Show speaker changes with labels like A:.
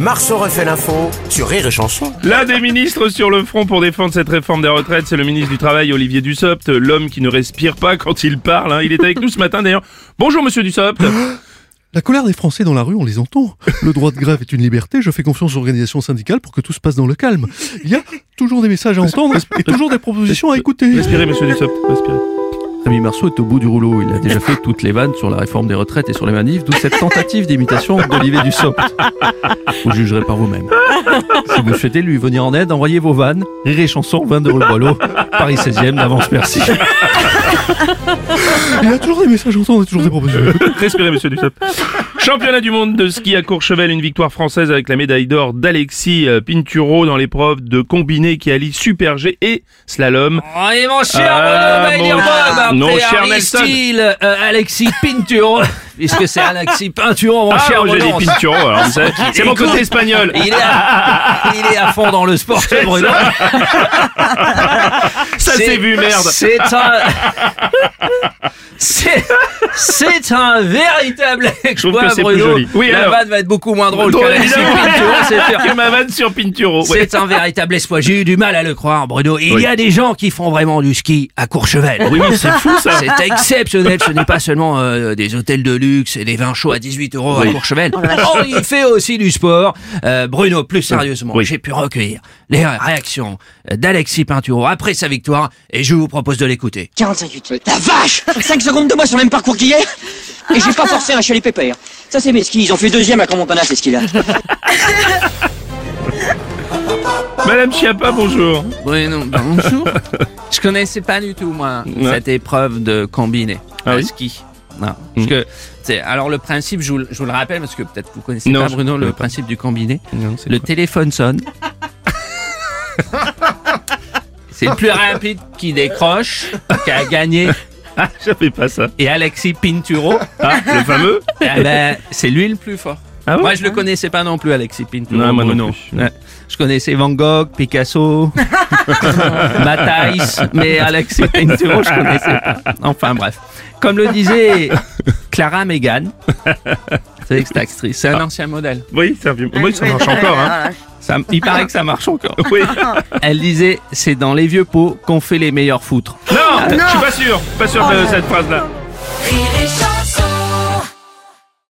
A: Marceau refait l'info sur Rire et Chanson.
B: L'un des ministres sur le front pour défendre cette réforme des retraites, c'est le ministre du Travail, Olivier Dussopt, l'homme qui ne respire pas quand il parle. hein. Il est avec nous ce matin d'ailleurs. Bonjour monsieur Dussopt.
C: La colère des Français dans la rue, on les entend. Le droit de grève est une liberté, je fais confiance aux organisations syndicales pour que tout se passe dans le calme. Il y a toujours des messages à entendre et toujours des propositions à écouter.
B: Respirez monsieur Dussopt, respirez.
D: Rémi Marceau est au bout du rouleau. Il a déjà fait toutes les vannes sur la réforme des retraites et sur les manifs, d'où cette tentative d'imitation d'Olivier Dussopt. Vous jugerez par vous-même. Si vous souhaitez lui venir en aide, envoyez vos vannes, rire et chansons, 22 rue Boileau, Paris 16e, d'avance merci.
C: Il y a toujours des messages à entendre et toujours des propositions.
B: Respirez, monsieur Dussopt. Championnat du monde de ski à Courchevel, une victoire française avec la médaille d'or d'Alexis euh, Pinturo dans l'épreuve de combiné qui allie Super G et slalom.
E: Oh, et mon cher
B: Ah,
E: bonhomme, il
B: mon-
E: est Après
B: non, cher
E: Aristide, euh, Alexis Pinturo, puisque c'est Alexis Pinturo, mon
B: Ah,
E: cher
B: moi, j'ai
E: bonhomme.
B: dit Pinturo, alors, vous savez, c'est mon côté espagnol.
E: Il est, à, il est à fond dans le sport, ce Bruno.
B: Ça s'est vu, merde.
E: C'est un. C'est, c'est un véritable
B: trouve
E: exploit,
B: que c'est plus
E: Bruno.
B: joli. Oui,
E: La
B: alors.
E: vanne va être beaucoup moins drôle
B: Drôle,
E: qu'Alexis
B: évidemment.
E: Pinturo, c'est sûr.
B: Que ma vanne sur Pinturo. ouais.
E: C'est un véritable espoir. J'ai eu du mal à le croire, Bruno. Il
B: Oui.
E: y a des gens qui font vraiment du ski à Courchevel.
B: Oui, oui, c'est fou ça.
E: C'est exceptionnel. Ce n'est pas seulement euh, des hôtels de luxe et des vins chauds à 18 euros à Courchevel. On y fait aussi du sport. Euh, Bruno, plus sérieusement,
B: Oui.
E: j'ai pu recueillir les réactions euh, d'Alexis Pinturo après sa victoire et je vous propose de l'écouter.
F: 45 minutes. La vache 5 secondes de moi sur le même parcours qu'hier Et j'ai pas forcé, hein, je suis allé pépère. Ça c'est mes skis, ils ont fait deuxième à Grand-Montana, c'est ce qu'il a.
B: Madame Chiappa, bonjour.
E: Bruno, bonjour. je connaissais pas du tout, moi,
B: Ouais.
E: cette épreuve de combiné.
B: Ah Mm.
E: le
B: oui
E: ski. Non. Parce que, c'est- alors, le principe, je vous, le- je vous le rappelle, parce que peut-être vous connaissez
B: Non,
E: pas,
B: je
E: Bruno,
B: connais
E: le
B: pas.
E: principe du combiné.
B: Non, c'est
E: Le
B: quoi
E: téléphone sonne. C'est le plus rapide qui décroche, qui a gagné.
B: Ah, j'avais pas ça.
E: Et Alexis Pinturo,
B: Ah, le fameux
E: eh ben, c'est lui le plus fort.
B: Ah ouais
E: moi, je le connaissais pas non plus, Alexis Pinturo.
B: Non, moi non
E: Bruno.
B: plus.
E: Ouais. Je connaissais Van Gogh, Picasso, Matisse, mais Alexis Pinturo, je connaissais pas. Enfin, bref. Comme le disait Clara Megan, c'est cette actrice, c'est un
B: Ah.
E: ancien modèle.
B: Oui, c'est un vieux- Ah Oui, ça marche encore. Hein.
E: Ça- il paraît que ça marche encore.
B: Oui.
E: Elle disait, c'est dans les vieux pots qu'on fait les meilleurs foutres.
B: Oh, Non, je suis pas sûr. Pas sûr de cette phrase-là.